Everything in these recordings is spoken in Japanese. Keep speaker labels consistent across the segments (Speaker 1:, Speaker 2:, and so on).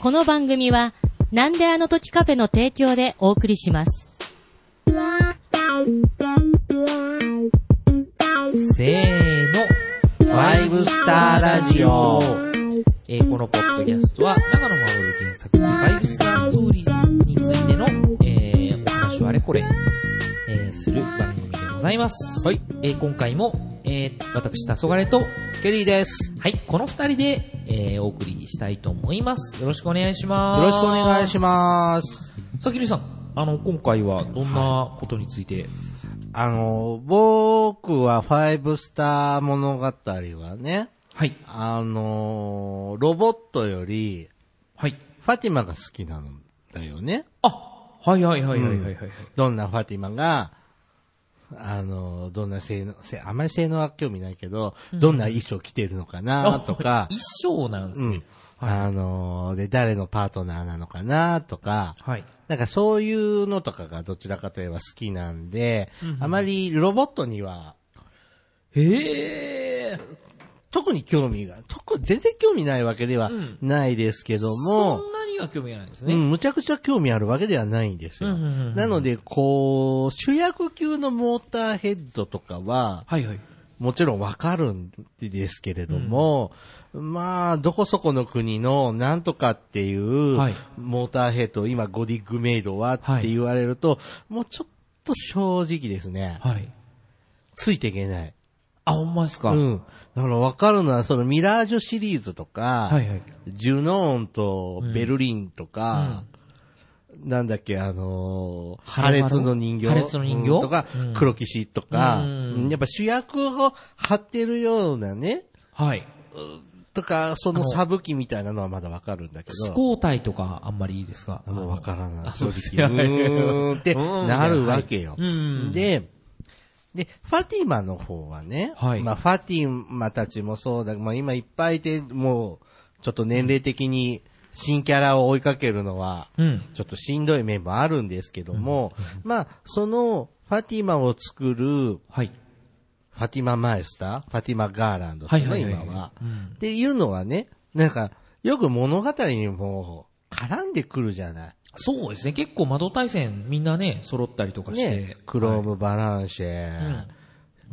Speaker 1: この番組は、なんであの時カフェの提供でお送りします。
Speaker 2: せーの。
Speaker 3: ファイブスターラジオ。
Speaker 2: えーこのポッドキャストは、長野守原作、ファイブスターストーリーズについての、えーお話をあれこれ、えーする番組でございます。はい。えー今回も、えー私、黄昏と、
Speaker 3: ケリーです。
Speaker 2: はい、この二人で、えーお送りしたいと思います。よろしくお願いしま
Speaker 3: よ
Speaker 2: す。
Speaker 3: ろしくお願い
Speaker 2: ま
Speaker 3: します。
Speaker 2: す。さきりさん、あの、今回はどんなことについて、
Speaker 3: あの、僕はファイブスター物語はね、
Speaker 2: はい、
Speaker 3: あの、ロボットより、
Speaker 2: はい。
Speaker 3: ファティマが好きなんだよね。
Speaker 2: あ、はいはいはいはいはいはい。
Speaker 3: どんなファティマが、あの、どんな性能、せあまり性能は興味ないけど、どんな衣装着てるのかな、と か、
Speaker 2: 衣装なんです
Speaker 3: う
Speaker 2: ね。
Speaker 3: ん。あの、で、誰のパートナーなのかな、とか、
Speaker 2: はい。
Speaker 3: なんかそういうのとかがどちらかといえば好きなんで、あまりロボットには
Speaker 2: へー。
Speaker 3: 特に興味が、特、全然興味ないわけでは
Speaker 2: うん
Speaker 3: ないですけど
Speaker 2: そ
Speaker 3: も、
Speaker 2: んなには興味がないです
Speaker 3: うん、
Speaker 2: ね。
Speaker 3: むちゃくちゃ興味あるわけではないんですよ。
Speaker 2: うんうんうんうん
Speaker 3: なので、こう、主役級のモーターヘッドとかは、
Speaker 2: はいはい。
Speaker 3: もちろんわかるんですけれども、まあ、どこそこの国のなんとかっていう、
Speaker 2: はい
Speaker 3: モーターヘッド、今ゴディッグメイドはって言われると、もうちょっと正直ですね。
Speaker 2: はい。
Speaker 3: ついていけない。
Speaker 2: あ、ほんまですか。
Speaker 3: うん。だからわかるのは、そのミラージュシリーズとか、
Speaker 2: はいはい。
Speaker 3: ジュノーンとベルリンとか、なんだっけ、あのー、
Speaker 2: ハ
Speaker 3: 破
Speaker 2: レマロ
Speaker 3: 裂の人形。
Speaker 2: 破裂の人形
Speaker 3: うんとか
Speaker 2: うん、
Speaker 3: 黒騎士とか、
Speaker 2: う
Speaker 3: うんんやっぱ主役を張ってるようなね、
Speaker 2: はい。
Speaker 3: とか、そのサブ機みたいなのはまだわかるんだけ
Speaker 2: ス
Speaker 3: ど、
Speaker 2: コータイとかあんまりいいですか
Speaker 3: もうわからない
Speaker 2: あ。
Speaker 3: 正
Speaker 2: そうです
Speaker 3: 直。うーんってなるわけよ。
Speaker 2: うん。、
Speaker 3: で、で、ファティマの方はね、
Speaker 2: はい
Speaker 3: まあ、ファティマたちもそうだまあ、今いっぱいいて、もう、ちょっと年齢的に新キャラを追いかけるのは、
Speaker 2: うん。
Speaker 3: ちょっとしんどい面もあるんですけども、まあ、その、ファティマを作る、
Speaker 2: はい。
Speaker 3: ファティママイスター、ファティマガーランドとかね、
Speaker 2: はいはいはい
Speaker 3: 今は、
Speaker 2: うん
Speaker 3: っていうのはね、なんか、よく物語にも絡んでくるじゃない。
Speaker 2: そうですね。結構窓対戦みんなね、揃ったりとかして。
Speaker 3: ね、クローム・バランシェ、
Speaker 2: うん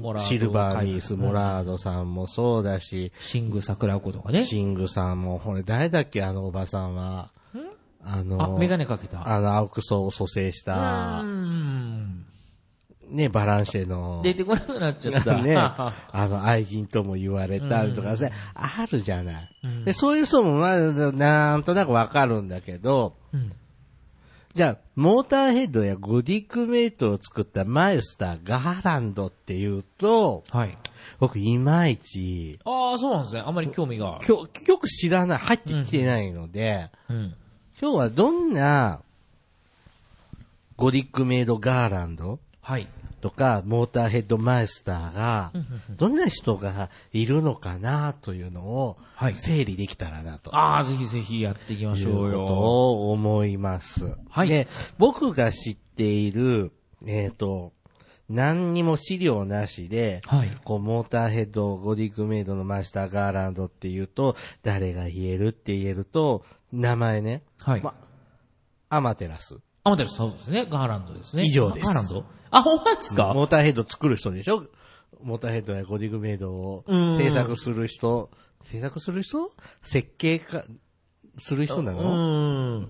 Speaker 2: モラード
Speaker 3: シルバーミース、
Speaker 2: う
Speaker 3: モ
Speaker 2: ん
Speaker 3: ラードさんもそうだし、
Speaker 2: シング桜子とかね。
Speaker 3: シングさんも、ほれ、誰だっけ、あのおばさんは。あ
Speaker 2: あ、
Speaker 3: の、
Speaker 2: メガネかけた。
Speaker 3: あの、青くそを蘇生した
Speaker 2: う、ん。
Speaker 3: ね、バランシェの、
Speaker 2: 出てこなくなっちゃった。
Speaker 3: ね、
Speaker 2: は
Speaker 3: あ
Speaker 2: い
Speaker 3: の、愛人とも言われたりとかね、あるじゃない。で、そういう人も、まあ、なんとなくわかるんだけど、
Speaker 2: うん
Speaker 3: じゃあ、モーターヘッドやゴディックメイトを作ったマイスター、ガーランドっていうと、
Speaker 2: はい。
Speaker 3: 僕、いまいち、
Speaker 2: ああ、そうなんですね。あんまり興味が。
Speaker 3: きょよく知らない、入ってきてないので、
Speaker 2: うん。
Speaker 3: 今日はどんな、ゴディックメイドガーランド
Speaker 2: はい。
Speaker 3: とか、モーターヘッドマイスターが、どんな人がいるのかなというのを
Speaker 2: はい、
Speaker 3: 整理できたらなと。
Speaker 2: ああ、ぜひぜひやっていきま
Speaker 3: い
Speaker 2: し
Speaker 3: う
Speaker 2: ょ
Speaker 3: こ
Speaker 2: う
Speaker 3: と
Speaker 2: よ。
Speaker 3: を思います。
Speaker 2: はい
Speaker 3: で、僕が知っている、えっ、と、何にも資料なしで、
Speaker 2: はい
Speaker 3: こう、モーターヘッド、ゴディックメイドのマイスターガーランドっていうと、誰が言えるって言えると、名前ね、
Speaker 2: はい。
Speaker 3: まアマテラス。
Speaker 2: あ、待ってそうですね。ガーランドですね。
Speaker 3: 以上です
Speaker 2: ガーランドあ、ほんまですか
Speaker 3: モーターヘッド作る人でしょモーターヘッドやゴディグメイドを
Speaker 2: うん
Speaker 3: 制作する人、制作する人設計か、する人な
Speaker 2: う
Speaker 3: の
Speaker 2: ーん。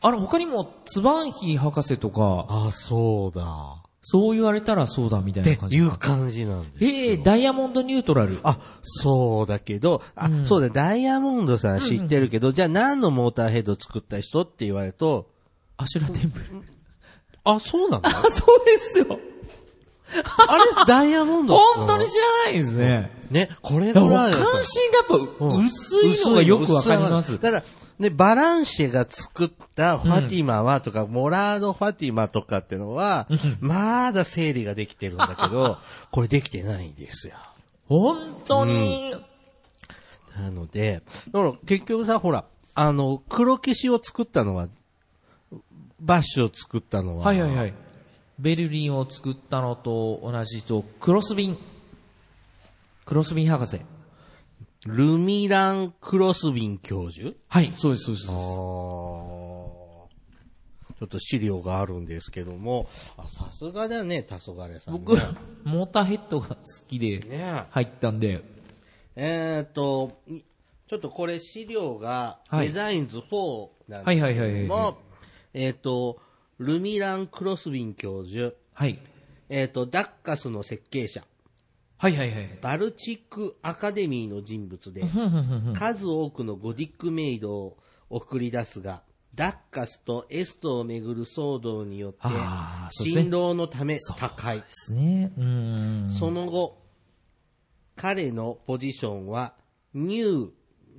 Speaker 2: あれ、他にも、ツバンヒー博士とか、
Speaker 3: あ、そうだ。
Speaker 2: そう言われたらそうだみたいな
Speaker 3: っ
Speaker 2: 感
Speaker 3: て
Speaker 2: じ
Speaker 3: い。う感じなんです。
Speaker 2: ええ、ダイヤモンドニュートラル。
Speaker 3: あ、そうだけど、あ、そうだ、ダイヤモンドさん知ってるけど、じゃあ何のモーターヘッド作った人って言われると、
Speaker 2: アシュラテンプル。
Speaker 3: あ、そうなのあ
Speaker 2: あ、そうですよ。
Speaker 3: れ、ダイヤモンド
Speaker 2: 本当に知らないんですね。
Speaker 3: ね、これ
Speaker 2: だ
Speaker 3: ぐ
Speaker 2: からら
Speaker 3: いだと
Speaker 2: 関心がやっぱう薄いのがよくわかります。
Speaker 3: だから、ね、バランシェが作ったファティマはとか、モラードファティマとかってのは、まだ整理ができてるんだけ ど、これできてないんですよ。
Speaker 2: 本当に、
Speaker 3: なので、だから結局さ、ほら、あの、黒騎士を作ったのは、バッシュを作ったのは、
Speaker 2: はいはいはい。ベルリンを作ったのと同じと、クロスビン。クロスビン博士。
Speaker 3: ルミラン・クロスビン教授
Speaker 2: はい、そうです、そうです。
Speaker 3: あーちょっと資料があるんですけども、あさすがだね、黄昏さんね。
Speaker 2: 僕、モーターヘッドが好きで
Speaker 3: ね
Speaker 2: 入ったんで、
Speaker 3: えーっと、いちょっとこれ資料が、
Speaker 2: はい
Speaker 3: デザインズ4なん
Speaker 2: はい
Speaker 3: です
Speaker 2: はいはいは
Speaker 3: け
Speaker 2: い
Speaker 3: ども、えーっと、ルミラン・クロスビン教授、
Speaker 2: はい。
Speaker 3: えーっと、ダッカスの設計者、
Speaker 2: はいはいはい。
Speaker 3: バルチック・アカデミーの人物で、数多くのゴディックメイドを送り出すが、ダッカスとエストをめぐる騒動によって
Speaker 2: あー、そうですね
Speaker 3: 新郎のため他界。
Speaker 2: ですね。うーん。
Speaker 3: その後、彼のポジションは、ニュー、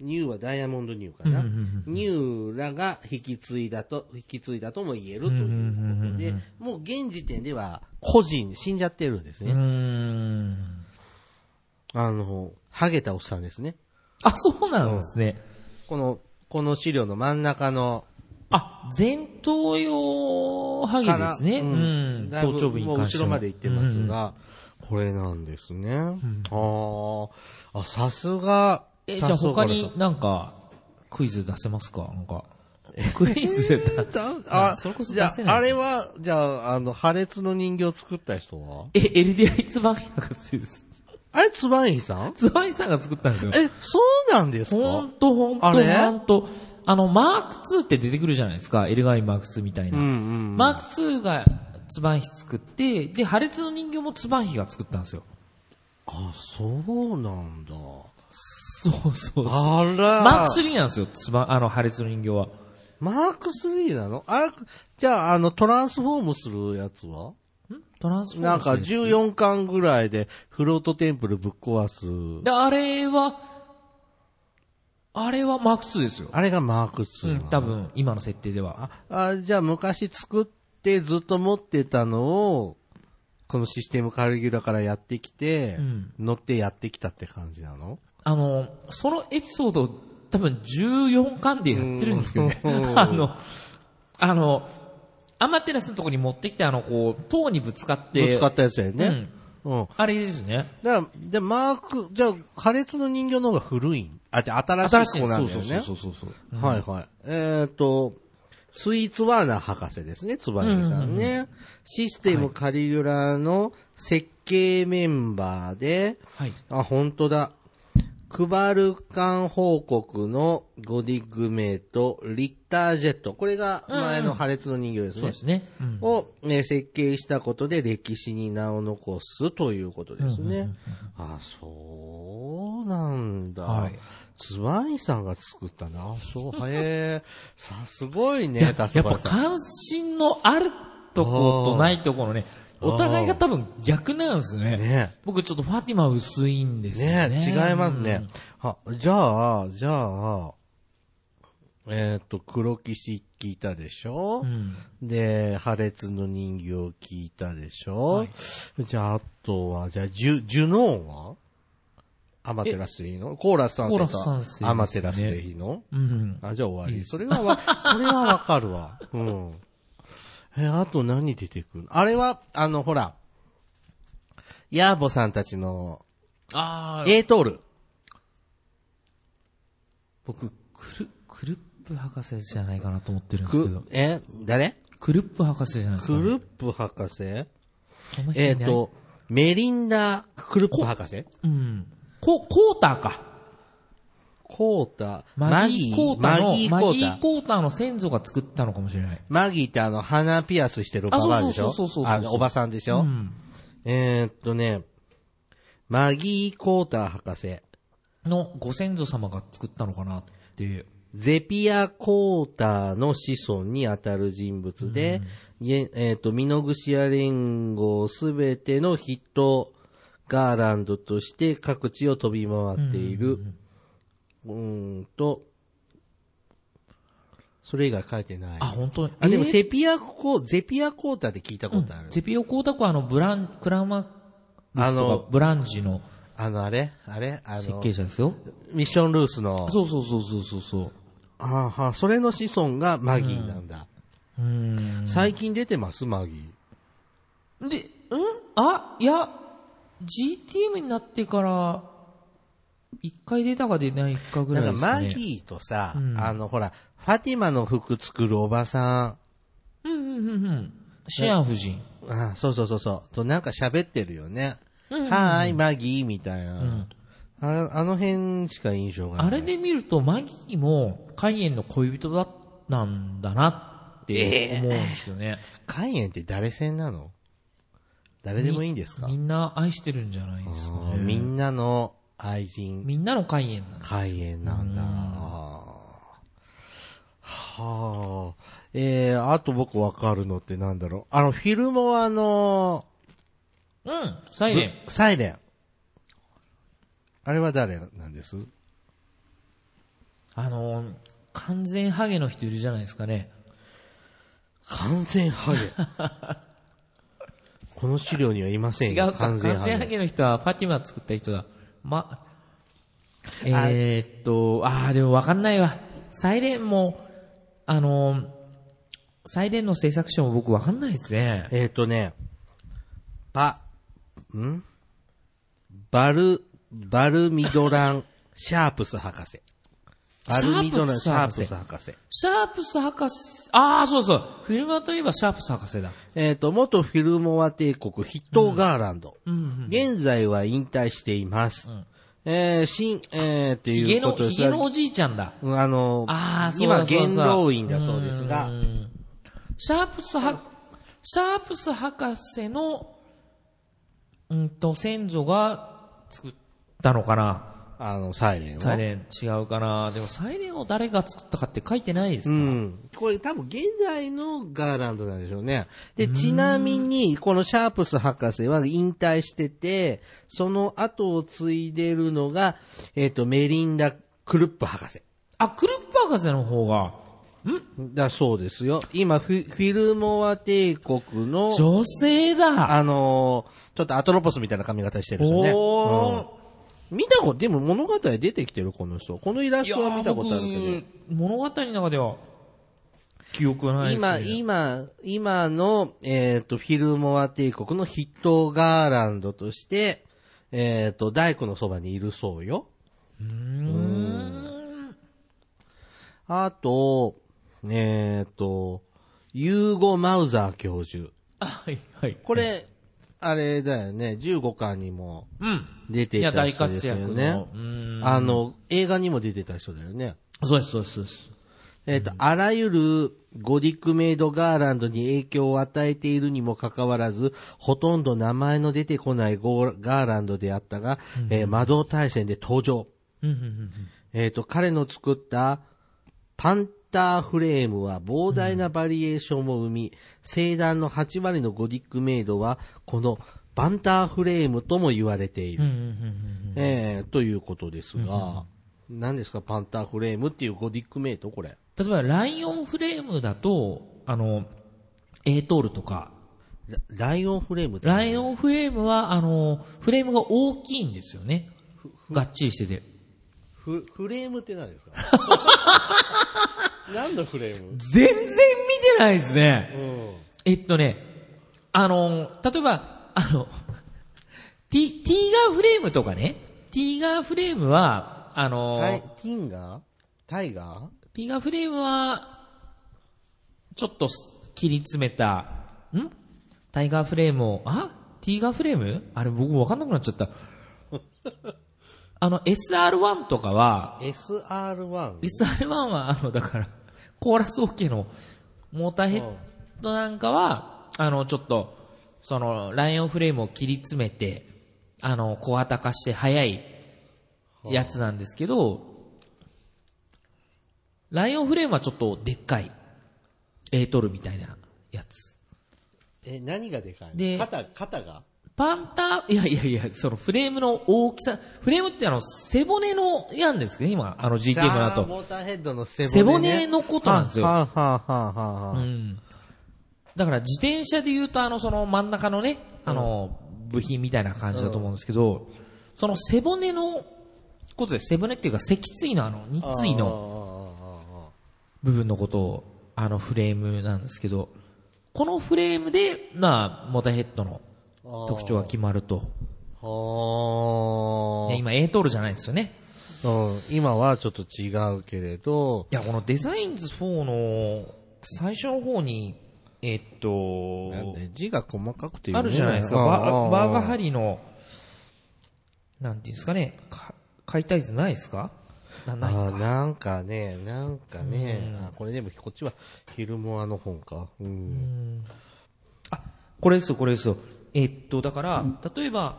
Speaker 3: ニューはダイヤモンドニューかな。ニューらが引き継いだと、引き継いだとも言えるということで、もう現時点では個人、死んじゃってるんです
Speaker 2: うー
Speaker 3: ね。
Speaker 2: ん。
Speaker 3: あの、ハゲたおっさんですね。
Speaker 2: あ、そうなんですね。
Speaker 3: この、この資料の真ん中の、
Speaker 2: あ、前頭葉ハゲ
Speaker 3: か
Speaker 2: で
Speaker 3: ら、
Speaker 2: すね。うん。
Speaker 3: だいぶ
Speaker 2: 頭頂部に
Speaker 3: もう
Speaker 2: 関して
Speaker 3: 後ろ
Speaker 2: も
Speaker 3: まで行ってますが、これなんですね。ああ、あ、さすが、
Speaker 2: え、じゃあ
Speaker 3: 黄昏
Speaker 2: 他
Speaker 3: さん
Speaker 2: になんか、クイズ出せますかなんか。クイズだ。
Speaker 3: あ、
Speaker 2: それこそ
Speaker 3: じゃ
Speaker 2: 出せ
Speaker 3: あ、
Speaker 2: ない
Speaker 3: あ
Speaker 2: です
Speaker 3: れは、じゃあ、あの、破裂の人形作った人は
Speaker 2: え、LDI ツバン博士です。
Speaker 3: あれ、つばんひさん
Speaker 2: ツバンさんが作ったんですよ。
Speaker 3: え、そうなんです
Speaker 2: ほ
Speaker 3: か
Speaker 2: んとほんと
Speaker 3: あれ
Speaker 2: ほんと。あの、マーク2って出てくるじゃないですか。LDI マーク2みたいな。
Speaker 3: うんうん。
Speaker 2: マーク2がツバンヒ作って、で、破裂の人形もツバンヒが作ったんですよ。
Speaker 3: あ、そうなんだ。
Speaker 2: そうそうそう。
Speaker 3: あら。
Speaker 2: マーク3なんですよ、つば、あの、破裂の人形は。
Speaker 3: マーク3なのあ、じゃあ、あの、トランスフォームするやつは
Speaker 2: トランスフォーム
Speaker 3: なんか、
Speaker 2: してるやつ
Speaker 3: 14巻ぐらいで、フロートテンプルぶっ壊す。
Speaker 2: で、あれは、あれはマーク2ですよ。
Speaker 3: あれがマーク
Speaker 2: う
Speaker 3: 2なの
Speaker 2: ん、多分、今の設定では。
Speaker 3: あ、あじゃあ昔作ってずっと持ってたのを、このシステムカリギュラからやってきて、
Speaker 2: うん
Speaker 3: 乗ってやってきたって感じなの
Speaker 2: あの、そのエピソード、多分14巻でやってるんですけどね。
Speaker 3: う ん
Speaker 2: あの、あの、アマテラスのとこに持ってきて、あの、こう、塔にぶつかって。
Speaker 3: ぶつかったやつだよね。うん。
Speaker 2: あれですね。
Speaker 3: だから、じゃあマーク、じゃあ破裂の人形の方が古いんあ、じゃあ新しい子なんだよね。
Speaker 2: そうそうそうそうそう。
Speaker 3: はいはい。えっ、と、スイーツワーナー博士ですね、つばゆみさんね、システムカリギュラの設計メンバーで、
Speaker 2: はい。
Speaker 3: あ、本当だ。クバルカン報告のゴディッグメイト、リッタージェット。これが前の破裂の人形ですね。
Speaker 2: そうですね。うん
Speaker 3: を、ね、設計したことで歴史に名を残すということですね。あ、そうなんだ。
Speaker 2: はい
Speaker 3: ツバンイさんが作ったな。あそう、 へえ。さ、すごい
Speaker 2: いや
Speaker 3: ね、
Speaker 2: やっぱ
Speaker 3: タスバさん。
Speaker 2: 関心のあるとことないところね、
Speaker 3: あー
Speaker 2: お互いが多分逆なんですね。
Speaker 3: ね
Speaker 2: 僕ちょっとファティマ薄いんですよね。
Speaker 3: ね違いますね。あ、じゃあ、じゃあ、えっ、と、黒騎士聞いたでしょ、
Speaker 2: うん。
Speaker 3: で、破裂の人形聞いたでしょ、
Speaker 2: はい
Speaker 3: じゃあ、あとは、じゃあ、ジュ、ジュノーンはアマテラスでいいのコーラス三世
Speaker 2: コーラス三世ですね
Speaker 3: か。アマテラスでいいの
Speaker 2: うん。うん。
Speaker 3: あ、じゃあ終わり。
Speaker 2: いいです
Speaker 3: それ はわ、それはわかるわ。うん。え、あと何出てくるあれは、あの、ほら、ヤーボさんたちの、
Speaker 2: あー、
Speaker 3: エートール。
Speaker 2: 僕、クル、クルップ博士じゃないかなと思ってるんですけ
Speaker 3: く
Speaker 2: ど。、
Speaker 3: え、誰
Speaker 2: クルップ博士じゃないです
Speaker 3: ク
Speaker 2: か、ね。
Speaker 3: ルップ博士
Speaker 2: その人い
Speaker 3: え
Speaker 2: な
Speaker 3: っ
Speaker 2: い、
Speaker 3: と、メリンダ・クルップ博士
Speaker 2: うん。コ、コーターか。
Speaker 3: コータ、
Speaker 2: マギー・コータ
Speaker 3: マ
Speaker 2: ーの、
Speaker 3: ギー・
Speaker 2: マ
Speaker 3: コ
Speaker 2: ギー・
Speaker 3: ータ。
Speaker 2: コーターの先祖が作ったのかもしれない。
Speaker 3: マギーってあの、鼻ピアスしてるおばさんでしょ
Speaker 2: あそうそうそうそうそうそう
Speaker 3: あのおばさんでし
Speaker 2: う
Speaker 3: ょ、
Speaker 2: ん。
Speaker 3: えーっとね、マギー・コータ博士、
Speaker 2: のご先祖様が作ったのかなって。
Speaker 3: ゼピア・コータの子孫にあたる人物で、いええーっと、ミノグシア連合すべてのヒットガーランドとして各地を飛び回っている。うーんと、それ以外書いてない。
Speaker 2: あ、本当に。
Speaker 3: あ、でも、
Speaker 2: えー
Speaker 3: セピアコー、ゼピアコータって聞いたことある。
Speaker 2: ゼピオ光沢はあの、ブラン、クラマ、
Speaker 3: あ
Speaker 2: とか
Speaker 3: の、
Speaker 2: ブランジの
Speaker 3: あの、あれあれあ
Speaker 2: 設
Speaker 3: の、
Speaker 2: 計者ですよ。
Speaker 3: ミッションルースの、
Speaker 2: そうそうそうそうそうそう。
Speaker 3: あーはーそれの子孫がマギーなんだ。
Speaker 2: うーん。
Speaker 3: 最近出てますマギー。
Speaker 2: で、んあ、いや、GTM になってから、一回出たか出ないかぐらい
Speaker 3: な
Speaker 2: です
Speaker 3: ん
Speaker 2: ね。
Speaker 3: かマギーとさ、
Speaker 2: うん
Speaker 3: あの、ほら、ファティマの服作るおばさん、
Speaker 2: うんうんうんうん。シアン夫人。
Speaker 3: あそうそうそうそう、となんか喋ってるよね。
Speaker 2: うんうんうん
Speaker 3: はーい、マギーみたいな、
Speaker 2: うん
Speaker 3: あれ。あの辺しか印象がない。
Speaker 2: あれで見ると、マギーも、カイエンの恋人だったんだなって思うんですよね。
Speaker 3: カイエンって誰戦なの誰でもいいんですか
Speaker 2: みんな愛してるんじゃないですか
Speaker 3: あー
Speaker 2: ね。
Speaker 3: みんなの愛人、
Speaker 2: みんなのカイエンなんだ。
Speaker 3: カイエンなんだ。はあ。えー、あと僕わかるのってなんだろう。あの、フィルモアの、
Speaker 2: うん、サイレン。
Speaker 3: サイレン。あれは誰なんです
Speaker 2: あのー、完全ハゲの人いるじゃないですかね。
Speaker 3: 完全 ハゲ。この資料にはいません
Speaker 2: 違う
Speaker 3: よ。
Speaker 2: か、完全ハゲの人は、ファティマ作った人だ。ま、えー、っと、あー、でもわかんないわ。サイレンも、あのー、サイレンの制作者も僕わかんないですね。
Speaker 3: えっ、ー、とね、ば、んバル、バルミドラン、シャープス博士。バルミドラン、シ
Speaker 2: シ
Speaker 3: ャ
Speaker 2: ャ
Speaker 3: ー
Speaker 2: ープス博士
Speaker 3: プス博士。
Speaker 2: シャープス博士、ああ、そうそう。フィルマーといえばシャープス博士だ。
Speaker 3: えっ、と、元フィルモア帝国ヒットーガーランド。現在は引退しています。えー、新、えー、って
Speaker 2: ヒ
Speaker 3: い
Speaker 2: ゲ
Speaker 3: うこ
Speaker 2: の、
Speaker 3: とで
Speaker 2: ヒ
Speaker 3: す
Speaker 2: ゲのおじいちゃんだ。
Speaker 3: うんあの、
Speaker 2: ああ、そう
Speaker 3: 今、
Speaker 2: だそうだ
Speaker 3: 元老院だそうですが、
Speaker 2: んシャープスは、シャープス博士の、うんと、先祖が作ったのかな
Speaker 3: あの、サイレンを。
Speaker 2: サイレン違うかなでもサイレンを誰が作ったかって書いてないです
Speaker 3: う
Speaker 2: か、
Speaker 3: ん。これ多分現在のガーランドなんでしょうね。で、ちなみに、このシャープス博士は引退してて、その後を継いでるのが、えっ、と、メリンダ・クルップ博士。
Speaker 2: あ、クルップ博士の方が、ん
Speaker 3: だそうですよ。今フィ、フィルモア帝国の、
Speaker 2: 女性だ
Speaker 3: あのーちょっとアトロポスみたいな髪型してるんですよね。
Speaker 2: おー。
Speaker 3: うん見たこと、でも物語出てきてる、この人。このイラ
Speaker 2: い
Speaker 3: ス
Speaker 2: や
Speaker 3: トは見た
Speaker 2: ー
Speaker 3: ことあるけど。
Speaker 2: 僕物語の中では、記憶がない
Speaker 3: 今、
Speaker 2: ですね
Speaker 3: 今、今の、えっ、と、フィルモア帝国の筆頭ガーランドとして、えっ、と、大工のそばにいるそうよ。うん。あと、えっ、と、ユーゴ・マウザー教授。
Speaker 2: あはい、はい。
Speaker 3: これ、あれだよね、15巻にも
Speaker 2: うん。
Speaker 3: 出て
Speaker 2: い
Speaker 3: い
Speaker 2: や、
Speaker 3: た
Speaker 2: 大
Speaker 3: 人で
Speaker 2: 活
Speaker 3: すよ
Speaker 2: 躍
Speaker 3: ね
Speaker 2: の。。うん。
Speaker 3: あの、映画にも出てた人だよね。
Speaker 2: そうです、そうです、そうです。
Speaker 3: えっ、と、あらゆるゴディックメイドガーランドに影響を与えているにもかかわらず、ほとんど名前の出てこないゴーガーランドであったが、えー魔導大戦で登場。
Speaker 2: うん、うん、うん。
Speaker 3: えっ、と、彼の作ったパンターフレームは膨大なバリエーションを生み、聖壇の8割のゴディックメイドは、このバンターフレームとも言われている。
Speaker 2: うんうんうん
Speaker 3: えーということですが、何ですか、パンターフレームっていうゴディックメイドこれ。
Speaker 2: うん例えば、ライオンフレームだと、あの、エートールとか、
Speaker 3: ラライオンフレームって
Speaker 2: ライオンフレームは、あの、フレームが大きいんですよね。がっちりしてて。
Speaker 3: フフレームって 何ですか何のフレーム
Speaker 2: 全然見てないですね。
Speaker 3: うん。
Speaker 2: えっとね、あの、例えば、あの、ティ、ティーガーフレームとかね、ティーガーフレームは、あの、
Speaker 3: タイ、ティンガータイガー
Speaker 2: ティガーフレームは、ちょっと切り詰めた、んタイガーフレームを、あティガーフレームあれ僕わかんなくなっちゃった。あの、SR1 とかは、
Speaker 3: ?SR1?
Speaker 2: SR1 は、あの、だから、 コーラスオケのモーターヘッドなんかは、あの、ちょっと、その、ライオンフレームを切り詰めて、あの、小型化して速いやつなんですけど、ライオンフレームはちょっとでっかい、エートルみたいなやつ。
Speaker 3: え、何がでかい
Speaker 2: で
Speaker 3: の肩、肩が
Speaker 2: パンター、いやいやいや、そのフレームの大きさ、フレームってあの、背骨の、やんですけど、今、あの GTM だ
Speaker 3: あー
Speaker 2: と。
Speaker 3: モーターヘッドの背
Speaker 2: 背
Speaker 3: 骨、ね。
Speaker 2: 骨のことなんですよ。
Speaker 3: はあ、はあはあはあはあ
Speaker 2: うん。だから自転車で言うとあのその真ん中のね、あの、部品みたいな感じだと思うんですけど、その背骨のことです。背骨っていうか脊椎のあの、二椎の
Speaker 3: の。
Speaker 2: 部分のことを、あのフレームなんですけど、このフレームで、まあ、モーターヘッドの特徴が決まると。
Speaker 3: は
Speaker 2: ね今、エートールじゃないんですよね。
Speaker 3: うん、今はちょっと違うけれど、
Speaker 2: いや、このデザインズ4の最初の方に、えっと、
Speaker 3: なんで字が細かくて
Speaker 2: あるじゃないですか。
Speaker 3: うん
Speaker 2: バ
Speaker 3: うん
Speaker 2: ーバーガーハリーの、なんていうんですかね、か解体図ないですかなない
Speaker 3: あ
Speaker 2: か。
Speaker 3: ーなんかね、なんかね、あこれでもこっちはヒルモアの本か。うん。
Speaker 2: あ、これですよ、これですよ。えっと、だから、例えば、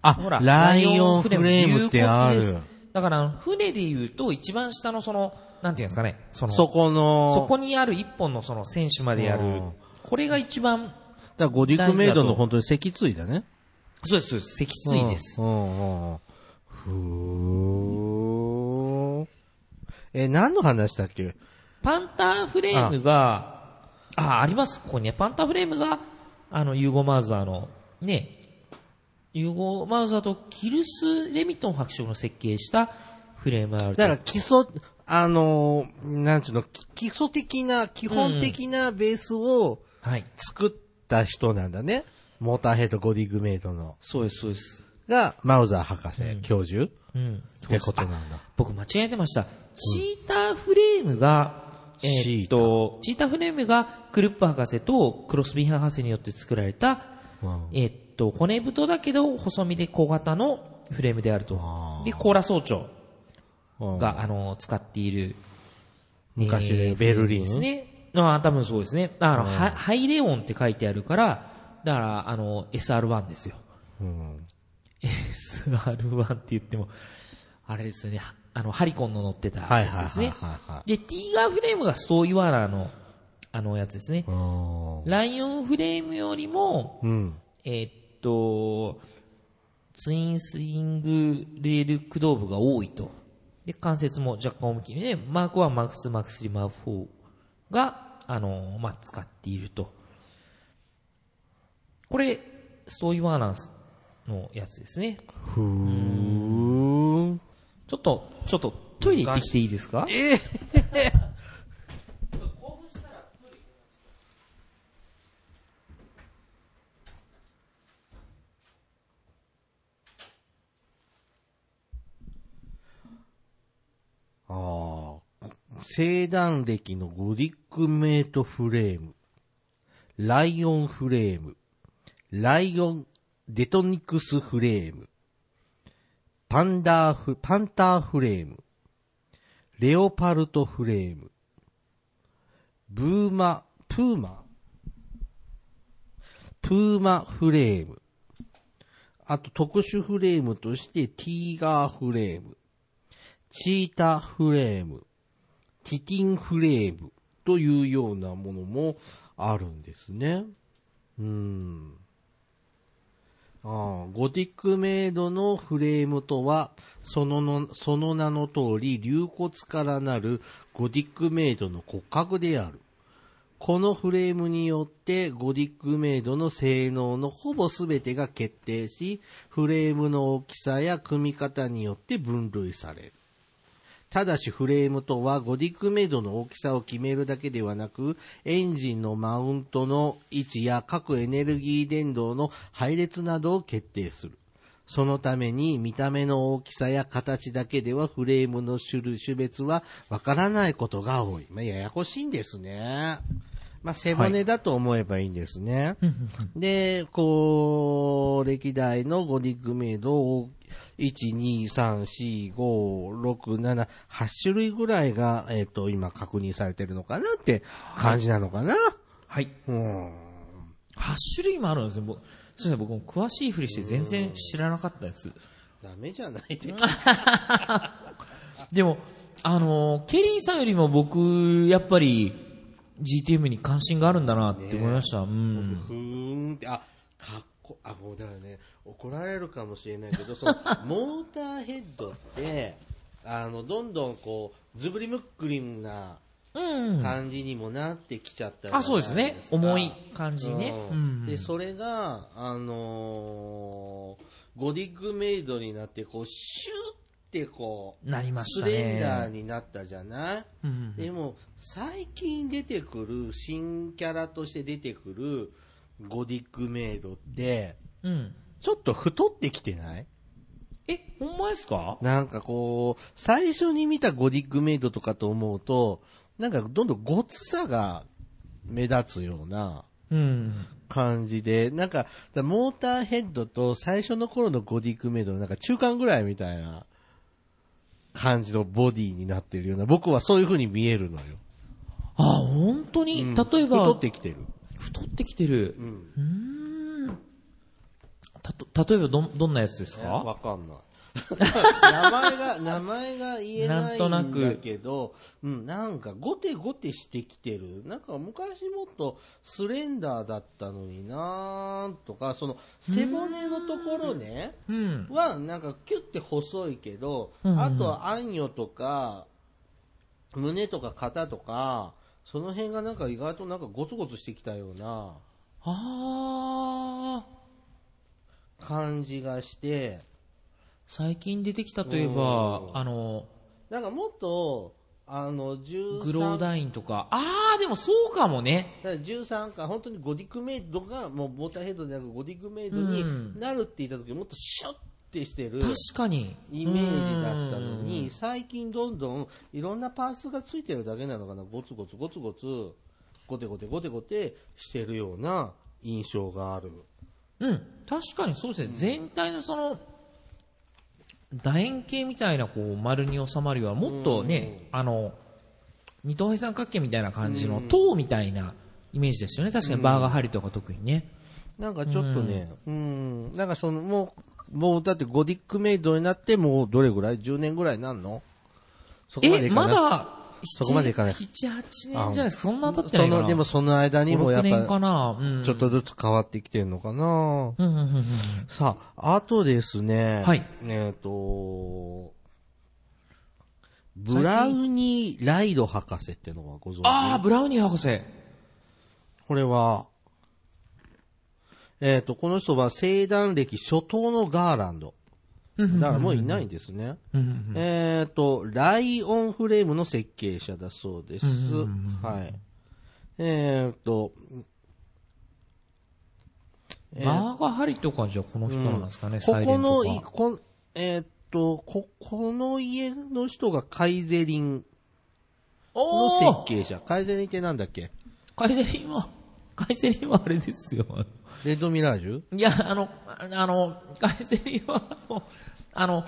Speaker 3: あ、
Speaker 2: ほら、
Speaker 3: ライオンフレームってあ
Speaker 2: 有効地
Speaker 3: る
Speaker 2: で。す。だから、船で言うと、一番下のその、なんていうんですかね、その、
Speaker 3: そこの、
Speaker 2: そこにある一本のその選手までや
Speaker 3: う
Speaker 2: る
Speaker 3: ん。
Speaker 2: これが一番、
Speaker 3: だからゴディックメイドの本当に脊椎だね。
Speaker 2: そうです、そうです脊椎です。
Speaker 3: うんうんうんふー。え、何の話だっけ
Speaker 2: パンターフレームが、ああ、ります、ここにね。パンターフレームが、あの、ユーゴマウザーの、ね、ユーゴマウザーとキルス・レミトン伯爵の設計したフレームがあると
Speaker 3: だから基礎、あのー、なんちゅうの、き基礎的な、基本的なベースを
Speaker 2: はい。
Speaker 3: 作った人なんだね。モーターヘッドゴディックメイドの。
Speaker 2: そうです、そうです。
Speaker 3: が、マウザー博士、教授っ
Speaker 2: うん。
Speaker 3: てことなんだ。
Speaker 2: 僕間違えてました。チーターフレームが、
Speaker 3: うん
Speaker 2: えーっと、チーターフレームがクルップ博士とクロスビー博士によって作られた、
Speaker 3: うん
Speaker 2: えーっと、骨太だけど細身で小型のフレームであると
Speaker 3: あ。ー
Speaker 2: で、コーラ総長
Speaker 3: うん
Speaker 2: が、あの、使っている、
Speaker 3: 昔
Speaker 2: え
Speaker 3: で
Speaker 2: ー
Speaker 3: ベルリン
Speaker 2: ですね。ああ、多分そうですね。あの、ハハイレオンって書いてあるから、だから、あの、SR1 ですよ。
Speaker 3: うん。
Speaker 2: SR1 って言っても、あれですよね、はあの、ハリコンの乗ってた
Speaker 3: はい
Speaker 2: や
Speaker 3: は
Speaker 2: つ
Speaker 3: い
Speaker 2: です
Speaker 3: はい
Speaker 2: ね。
Speaker 3: はいはい。
Speaker 2: で、ティーガーフレームがストーイワーラーの、あのやつですね。
Speaker 3: うん
Speaker 2: ライオンフレームよりも、
Speaker 3: うん。
Speaker 2: えーっと、ツインスイングレール駆動部が多いと。で、関節も若干大きめで、マーク1、マーク2、マーク3、マーク4が、あのーまあ、使っていると。これ、ストーイワーナーのやつですね。
Speaker 3: ふーん。
Speaker 2: ちょっと、ちょっと、トイレ行ってきていいですかえ
Speaker 3: ああ。生団歴のゴディックメイトフレーム。ライオンフレーム。ライオンデトニクスフレーム。パンダーフ、パンターフレーム。レオパルトフレーム。ブーマ、プーマプーマフレーム。あと特殊フレームとしてティーガーフレーム。チータフレーム、ティティンフレームというようなものもあるんですね。うん。ああ、ゴティックメイドのフレームとは、そのの、その名の通り、流骨からなるゴティックメイドの骨格である。このフレームによってゴディックメイドの性能のほぼ全てが決定し、フレームの大きさや組み方によって分類される。ただしフレームとはゴディックメイドの大きさを決めるだけではなく、エンジンのマウントの位置や各エネルギー伝導の配列などを決定する。そのために見た目の大きさや形だけではフレームの種類、種別はわからないことが多い。まあ、ややこしいんですね。まあ、背骨だと思えばいいんですね。で、こう、歴代のゴディックメイドを、1、2、3、4、5、6、7、8種類ぐらいが、えっ、と、今確認されてるのかなって感じなのかな、
Speaker 2: はい。
Speaker 3: うん。
Speaker 2: 8種類もあるんですね。僕そうですね、僕も詳しいふりして全然知らなかったです。
Speaker 3: ダメじゃないで
Speaker 2: でも、あのーケリーさんよりも僕、やっぱり、GTM に関心があるんだなって思いました。うん。
Speaker 3: ふーんって、あ、かっこ、あ、もうだからね、怒られるかもしれないけど、 その、モーターヘッドって、あの、どんどんこう、ずぶりむっくりんな
Speaker 2: うん。
Speaker 3: 感じにもなってきちゃったじゃない
Speaker 2: あ、そうですね。
Speaker 3: か
Speaker 2: 重い感じね。う
Speaker 3: うん
Speaker 2: ん。
Speaker 3: で、それが、あのーゴディックメイドになって、こう、シューってこう、
Speaker 2: なりまし
Speaker 3: ス
Speaker 2: たね。
Speaker 3: レンダーになったじゃない、
Speaker 2: うん
Speaker 3: でも、最近出てくる、新キャラとして出てくる、ゴディックメイドって、
Speaker 2: うん。
Speaker 3: ちょっと太ってきてない
Speaker 2: え、ほんまですか
Speaker 3: なんかこう、最初に見たゴディックメイドとかと思うと、なんかどんどんごつさが目立つような
Speaker 2: うん。
Speaker 3: 感じで、なんか、だモーターヘッドと最初の頃のゴディックメイドのなんか中間ぐらいみたいな感じのボディになってるような、僕はそういう風に見えるのよ。
Speaker 2: あ、本当に、
Speaker 3: うん
Speaker 2: 例えば、
Speaker 3: 太ってきてる。
Speaker 2: 太ってきてる。うーん。たと、例えばどん、どんなやつですか
Speaker 3: わかんない。名前が、名前が言えない
Speaker 2: なん
Speaker 3: ん
Speaker 2: とな
Speaker 3: だ
Speaker 2: く
Speaker 3: けど、うん、なんかゴテゴテしてきてる。なんか昔もっとスレンダーだったのになーとか、その背骨のところね、
Speaker 2: うん。
Speaker 3: はなんかキュッて細いけど、
Speaker 2: うんうん
Speaker 3: あとはあんよとか、胸とか肩とか、その辺がなんか意外となんかゴツゴツしてきたような
Speaker 2: あー。
Speaker 3: 感じがして、
Speaker 2: 最近出てきたといえば
Speaker 3: う、ん
Speaker 2: あの、
Speaker 3: なんかもっと、あ
Speaker 2: グロ
Speaker 3: の、
Speaker 2: ー
Speaker 3: 13
Speaker 2: ダインとか。あー、でもそうかもね。
Speaker 3: だから13巻、本当にゴディックメイドが、もうモーターヘッドじゃなくゴディックメイドになるって言った時、もっとシュッてしてる
Speaker 2: 確かに。
Speaker 3: イメージだったのに、最近どんどんいろんなパーツがついてるだけなのかな、ゴツゴツゴツゴツ、ゴテゴテゴテゴテしてるような印象がある。
Speaker 2: うん。うん。確かにそうですね。全体のその、楕円形みたいなこう丸に収まるような、もっとね、あの、二等辺三角形みたいな感じの塔みたいなイメージですよね。確かにバーガーハリとか特にね。
Speaker 3: なんかちょっとね、うん、なんかその、もう、もうだってゴディックメイドになってもうどれぐらい ?10 年ぐらいなんのそこまで
Speaker 2: え、
Speaker 3: いか
Speaker 2: ま
Speaker 3: ない
Speaker 2: だ、
Speaker 3: そこまでいかない
Speaker 2: 7、8年じゃないですか。そんな経ってな
Speaker 3: そ
Speaker 2: いかな。
Speaker 3: の、でもその間にもやっ
Speaker 2: 5年か
Speaker 3: ぱ、
Speaker 2: な。うん。
Speaker 3: ちょっとずつ変わってきてるのかな、
Speaker 2: うんうんうんうん。
Speaker 3: さあ、あとですね、
Speaker 2: はい
Speaker 3: えっ、と、ブラウニー・ライド博士ってのはご存
Speaker 2: ああ、
Speaker 3: 知
Speaker 2: ブラウニー博士。
Speaker 3: これは、えっ、と、この人は生誕歴初頭のガーランド。
Speaker 2: う
Speaker 3: だ
Speaker 2: んうんうん
Speaker 3: からもういないんですね。
Speaker 2: うん
Speaker 3: えっ、と、ライオンフレームの設計者だそうです。はい。えっ、と、
Speaker 2: バーガーハリとかじゃこの人なんですかね、
Speaker 3: こ
Speaker 2: サイレ
Speaker 3: こ
Speaker 2: ントと
Speaker 3: のい、
Speaker 2: か
Speaker 3: こん、えーっと、こ、この家の人がカイゼリンの
Speaker 2: お
Speaker 3: 設
Speaker 2: ー
Speaker 3: 計者。カイゼリンってなんだっけ
Speaker 2: カイゼリンは、カイゼリンはあれですよ。
Speaker 3: レッドミラージュ
Speaker 2: いや、あの、ああの、カイゼリンは、あのあの、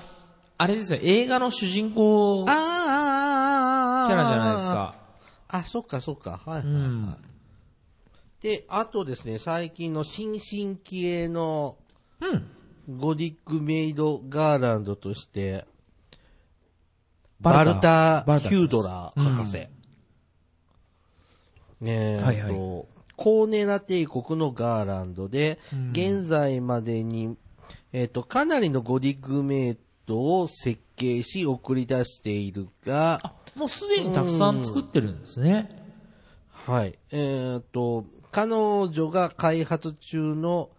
Speaker 2: あれですよ、映画の主人公
Speaker 3: あ
Speaker 2: キ
Speaker 3: あ、
Speaker 2: ャ
Speaker 3: ああ、ああ、ああ。
Speaker 2: ラじゃないです。か。
Speaker 3: あ、そっかそっか。はいはい、はい
Speaker 2: うん
Speaker 3: で、あとですね、最近の新進気鋭の
Speaker 2: うん。
Speaker 3: ゴディックメイドガーランドとして、
Speaker 2: バ
Speaker 3: バ
Speaker 2: ル
Speaker 3: ル
Speaker 2: タ
Speaker 3: タ・
Speaker 2: バルタ
Speaker 3: ヒュードラー博士。ねえ、
Speaker 2: はいはい
Speaker 3: えっとコーネラ帝国のガーランドで、現在までに、えっ、と、かなりのゴディックメイトを設計し送り出しているが、
Speaker 2: もうすでにたくさん作ってるんですね。
Speaker 3: はい。えーっと、彼女が開発中の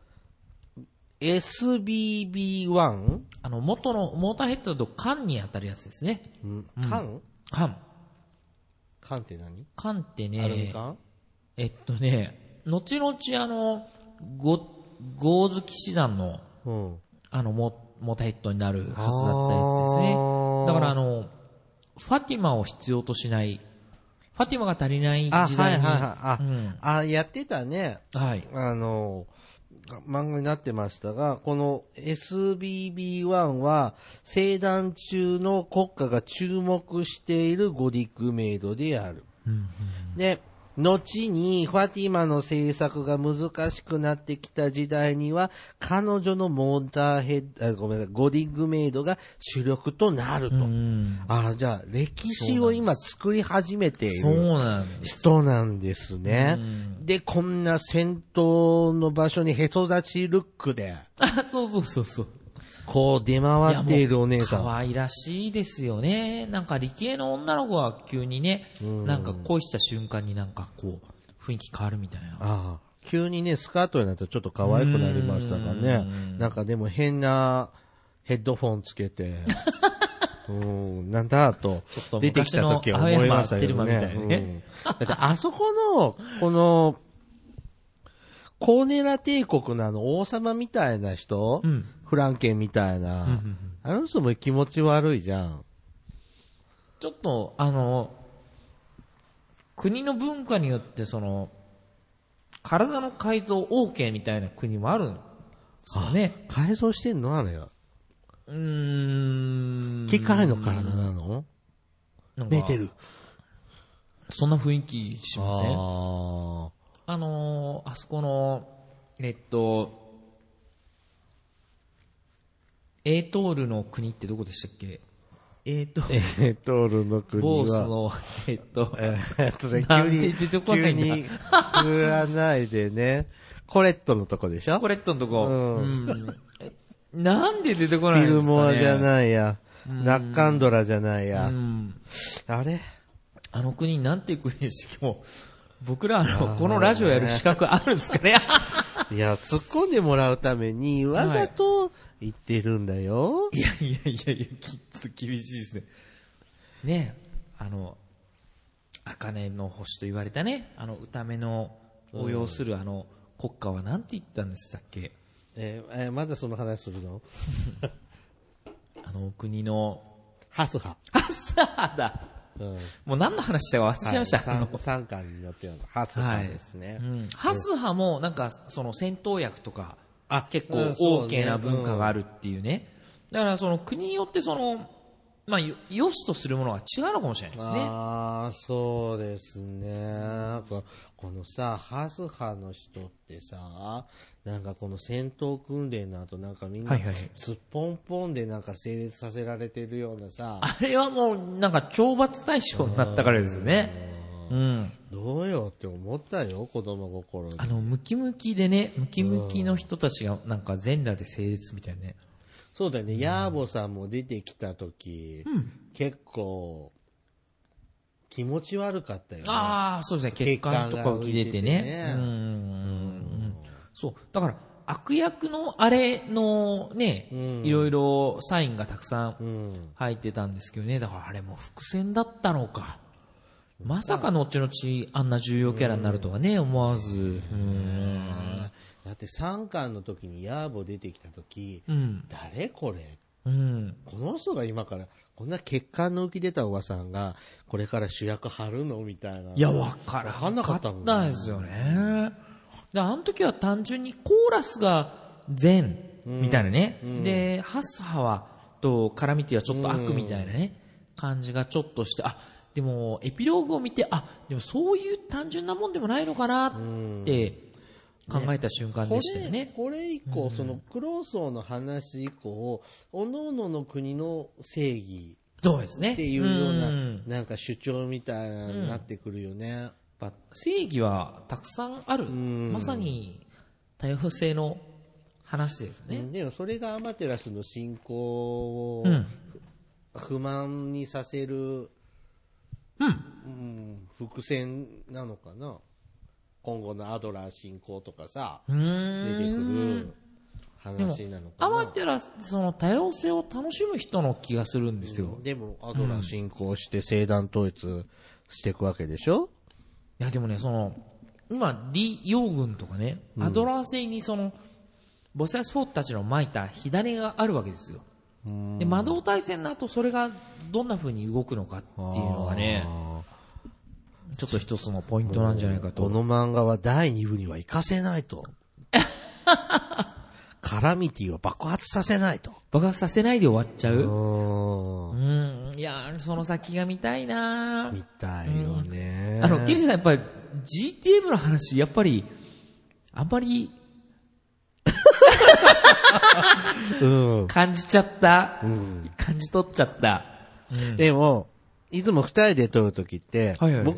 Speaker 3: SBB1?
Speaker 2: あの、元の、モーターヘッドと缶に当たるやつですね。
Speaker 3: 缶
Speaker 2: 缶。
Speaker 3: 缶って何
Speaker 2: 缶ってね、
Speaker 3: アルミ缶
Speaker 2: えっとね、後々あの、ゴ、ゴーズ騎士団の、
Speaker 3: うん。
Speaker 2: あの、モ、モタヘッドになるはずだったやつです
Speaker 3: あ
Speaker 2: ね。
Speaker 3: ー
Speaker 2: だからあの、ファティマを必要としない、ファティマが足りない
Speaker 3: あ、
Speaker 2: 時
Speaker 3: はいは
Speaker 2: 代
Speaker 3: い
Speaker 2: に、
Speaker 3: はい。あ、
Speaker 2: うん
Speaker 3: あやってたね。
Speaker 2: はい。
Speaker 3: あの、漫画になってましたが、この SBB1 は、生団中の国家が注目しているゴディックメイドである。で、後に、ファティマの制作が難しくなってきた時代には、彼女のモーターヘッド、あごめんなさい、ゴディックメイドが主力となると。
Speaker 2: うん。
Speaker 3: ああ、じゃあ、歴史を今作り始めている。
Speaker 2: そうなんです。
Speaker 3: 人なんですね。で、こんな戦闘の場所にへそ立ちルックで、
Speaker 2: あ、そうそうそうそう。
Speaker 3: こう出回っているお姉さ。
Speaker 2: いやもうん可愛らしいですよね。なんか理系の女の子が急にね、なんか恋した瞬間になんかこう、雰囲気変わるみたいな。
Speaker 3: ああ急にね、スカートになったらちょっと可愛くなりましたがね。なんかでも変なヘッドフォンつけて、 うん、なんだと
Speaker 2: ちょっと、
Speaker 3: 出てきた時は思いましたけど
Speaker 2: 昔の青山テルマみたいなね
Speaker 3: ね。うんだってあそこの、この、コーネラ帝国のあの王様みたいな人、
Speaker 2: うん
Speaker 3: フランケンみたいな、
Speaker 2: うん
Speaker 3: あの人も気持ち悪いじゃん。
Speaker 2: ちょっと、あの、国の文化によって、その、体の改造 OK みたいな国もあるんですよね。
Speaker 3: 改造してんのあれは。
Speaker 2: うーん。
Speaker 3: 機械の体なの
Speaker 2: なんか
Speaker 3: メテル。
Speaker 2: そんな雰囲気しませんあ
Speaker 3: あ
Speaker 2: のー、あそこの、えっと、エートールの国ってどこでしたっけえート
Speaker 3: ー。えー、トールの国は。
Speaker 2: ボースの、えっと、
Speaker 3: えーっとね、
Speaker 2: な
Speaker 3: 急
Speaker 2: んて
Speaker 3: に、
Speaker 2: 出てこな
Speaker 3: 急
Speaker 2: いんだ
Speaker 3: に、振らないでね。コレットのとこでしょ
Speaker 2: コレットのとこ。
Speaker 3: う
Speaker 2: うんえなんで出てこ
Speaker 3: フ
Speaker 2: ないん
Speaker 3: ィ
Speaker 2: ですか、ね、
Speaker 3: ルモアじゃ
Speaker 2: い。
Speaker 3: ないや。ナッカンドラじゃないや。
Speaker 2: うん。
Speaker 3: あれ
Speaker 2: あの国なんていう国でしたっけもう、僕らあの、このラジオやる資格あるんですかね
Speaker 3: いや、突っ込んでもらうために、わざと言ってるんだよ。
Speaker 2: いやいやいやいや、きちょっと厳しいですね。ねえ、あの、茜の星と言われたね、あの、歌目の応用するあの、国家はなんて言ったんでしたっけ
Speaker 3: えーえーまだその話するの
Speaker 2: あの、国の、
Speaker 3: ハスハ。
Speaker 2: あさあだ
Speaker 3: うん。
Speaker 2: もう何の話したか忘れちゃいました。あの
Speaker 3: 三三巻によってはハスハですね。
Speaker 2: うんハスハもなんかその戦闘薬とか
Speaker 3: あ
Speaker 2: 結構
Speaker 3: うんそうね
Speaker 2: OK な文化があるっていうね。だからその国によってその、まあ、よ良しとするものが違うのかもしれないですね。
Speaker 3: ああ、そうですね。なんかこのさ、ハス派の人ってさ、なんかこの戦闘訓練の後、なんかみんな
Speaker 2: はいはい、
Speaker 3: すっぽんぽんでなんか整列させられてるようなさ、
Speaker 2: あれはもうなんか懲罰対象になったからですよね。うん。
Speaker 3: どうよって思ったよ、子供心に
Speaker 2: あ。の、ムキムキでね、ムキムキの人たちがなんか全裸で整列みたいなね。
Speaker 3: そうだよね、ヤーボさんも出てきた時、結構、気持ち悪かったよね。
Speaker 2: ああ、そうですね。血管とか浮き出て
Speaker 3: 血管
Speaker 2: ね。
Speaker 3: が浮いててね
Speaker 2: うんうん。そう。だから、悪役のあれのね、いろいろサインがたくさ
Speaker 3: うんん。
Speaker 2: 入ってたんですけどね。だからあれも伏線だったのか。まさか後々あんな重要キャラになるとはね、思わず。うん。
Speaker 3: だって3巻の時にヤーボ出てきた時、
Speaker 2: うん。
Speaker 3: 誰これ
Speaker 2: うん。
Speaker 3: この人が今から、こんな血管の浮き出たおばさんが、これから主役張るのみたいな。
Speaker 2: いや、わから
Speaker 3: わかんなかったもんね
Speaker 2: わかですよね。で、あの時は単純にコーラスが善みたいなね。で、ハスハはと絡みっていうのはちょっと悪みたいなね、感じがちょっとして、あ、でもエピローグを見て、あ、でもそういう単純なもんでもないのかなって考えた瞬間
Speaker 3: こ
Speaker 2: でしたよ
Speaker 3: れ、
Speaker 2: ね。
Speaker 3: これ以降、その、クローソーの話以降、各々の国の正義
Speaker 2: そうですね。
Speaker 3: っていうような、
Speaker 2: ん
Speaker 3: なんか主張みたいなのになってくるよね。
Speaker 2: やっぱ正義はたくさんある。
Speaker 3: ん
Speaker 2: まさに多様性の話ですね。
Speaker 3: でもそれがアマテラスの信仰を
Speaker 2: うん
Speaker 3: 不満にさせる、
Speaker 2: うん
Speaker 3: うん伏線なのかな今後のアドラー信仰とかさ、
Speaker 2: うー
Speaker 3: 出
Speaker 2: ん
Speaker 3: てくる話なのか
Speaker 2: アマ
Speaker 3: な
Speaker 2: テラスってその多様性を楽しむ人の気がするんですよ。い
Speaker 3: でもアドラー信仰して正団統一していくわけでしょ、
Speaker 2: やでもね、その、今、李陽軍とかね、アドラー星にその、ボスラスフォートたちの撒いた火種があるわけですよ。で、魔導大戦の後、それがどんな風に動くのかっていうのがね、ちょっと一つのポイントなんじゃないか。
Speaker 3: ことの漫画は第2部には行かせない と。カラミティを爆発させないと。
Speaker 2: 爆発させないで終わっちゃ
Speaker 3: う
Speaker 2: う。
Speaker 3: ー。
Speaker 2: うんん、いやーその先が見たいなー
Speaker 3: みたいよね。
Speaker 2: あの、ギリシャさん、やっぱり GTM の話、やっぱり、あんまり
Speaker 3: うん。
Speaker 2: 感じちゃった。
Speaker 3: ん
Speaker 2: 感じ取っちゃった。
Speaker 3: でも、いつも二人で撮るときって、
Speaker 2: はいはい
Speaker 3: 僕、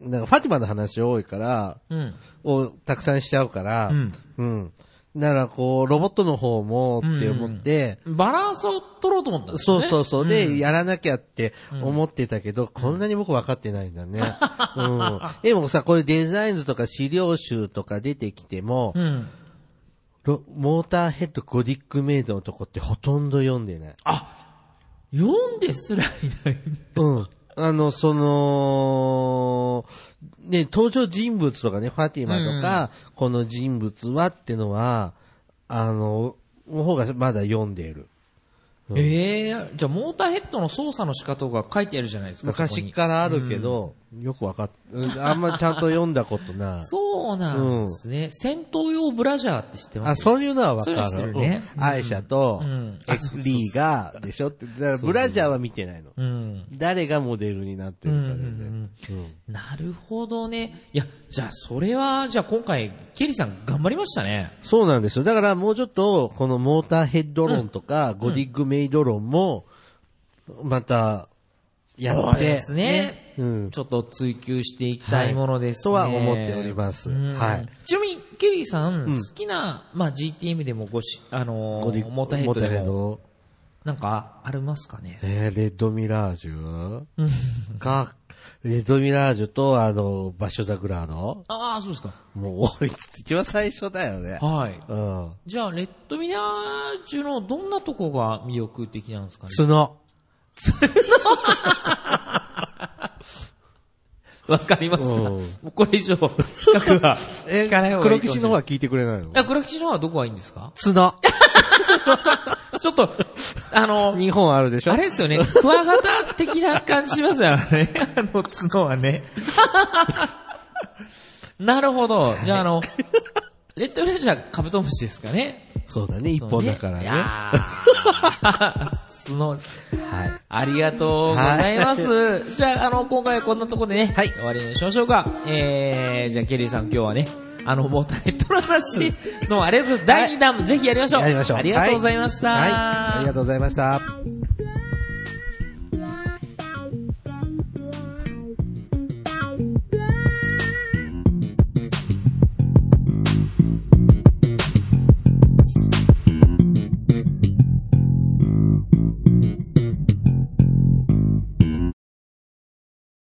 Speaker 3: なんかファティマの話多いから、
Speaker 2: うん。
Speaker 3: をたくさんしちゃうから、
Speaker 2: うん。
Speaker 3: うん。だからこう、ロボットの方もって思って、
Speaker 2: バランスを取ろうと思ったんです
Speaker 3: そ
Speaker 2: よ
Speaker 3: う
Speaker 2: ね。
Speaker 3: そうそう。で、やらなきゃって思ってたけど、こんなに僕分かってないんだね。 うん。でもさ、こういうデザイン図とか資料集とか出てきても、
Speaker 2: うん。
Speaker 3: ロモーターヘッドゴディックメイドのとこってほとんど読んでない。
Speaker 2: 読んですらいない。
Speaker 3: うん。あの、その、ね、登場人物とかね、ファティマとか、この人物はってのは、あの、の方がまだ読んでいる。
Speaker 2: ええじゃあ、モーターヘッドの操作の仕方が書いてあるじゃないですか、そこ
Speaker 3: 昔
Speaker 2: に
Speaker 3: からあるけど、よくわかっ、うんあんまちゃんと読んだことない。
Speaker 2: そうなんですね。戦闘用ブラジャーって知ってま
Speaker 3: あ、
Speaker 2: す
Speaker 3: それいうのはわか
Speaker 2: それは知って
Speaker 3: る。
Speaker 2: るね
Speaker 3: うんアイシャと
Speaker 2: うん、あそうそうそう
Speaker 3: FD が、でしょって、だからブラジャーは見てないの。
Speaker 2: うん。
Speaker 3: 誰がモデルになってるかでね。うん
Speaker 2: なるほどね。いや、じゃあ、それは、じゃあ今回、ケリーさん頑張りましたね。
Speaker 3: そうなんですよ。だからもうちょっと、このモーターヘッド論とか、ゴディッグメイド論も、また、や
Speaker 2: そう
Speaker 3: って。
Speaker 2: ですね。
Speaker 3: うん。
Speaker 2: ちょっと追求していきたいものですね。
Speaker 3: はいとは思っております
Speaker 2: うん
Speaker 3: はい
Speaker 2: ちなみに、ケリーさん、
Speaker 3: うん
Speaker 2: 好きな、まあ、GTM でもごし、あのー
Speaker 3: ゴディッグ
Speaker 2: モーターヘッドでも、
Speaker 3: モー
Speaker 2: なんか、ありますかね
Speaker 3: タ。ーヘッドえーレッドミラージュか、レッドミラージュと、あの、バッショザグラード
Speaker 2: ああ、そうですか。
Speaker 3: もう、一番最初だよね。
Speaker 2: はい。
Speaker 3: うん。
Speaker 2: じゃあ、レッドミラージュのどんなとこが魅力的なんですかね
Speaker 3: 角。
Speaker 2: わかりました。
Speaker 3: うん
Speaker 2: もうこれ 以上、比較は、
Speaker 3: え
Speaker 2: 聞かない方がいいかもしれない
Speaker 3: 黒騎士の方は聞いてくれないの
Speaker 2: あ、黒騎士の方はどこがいいんですか
Speaker 3: 角。
Speaker 2: ちょっと、あ の、
Speaker 3: 2本あるでしょ
Speaker 2: あれですよね、クワガタ的な感じしますよね。あの角はね。 なるほど。じゃあ、あの、レッドレンジャーカブトムシですかね。
Speaker 3: そうだね、1本だから
Speaker 2: い
Speaker 3: ね。
Speaker 2: やー 角、
Speaker 3: はい。
Speaker 2: ありがとうございます。じゃあ、あの、今回はこんなところでね、はい、終わりにしましょうか。えー、じゃあ、ケリーさん今日はね、あの、モーターネットの話のあれず、第2弾、ぜひやりましょう。
Speaker 3: やりましょう。
Speaker 2: ありがとうございました。
Speaker 3: はいはいありがとうございました。
Speaker 1: 「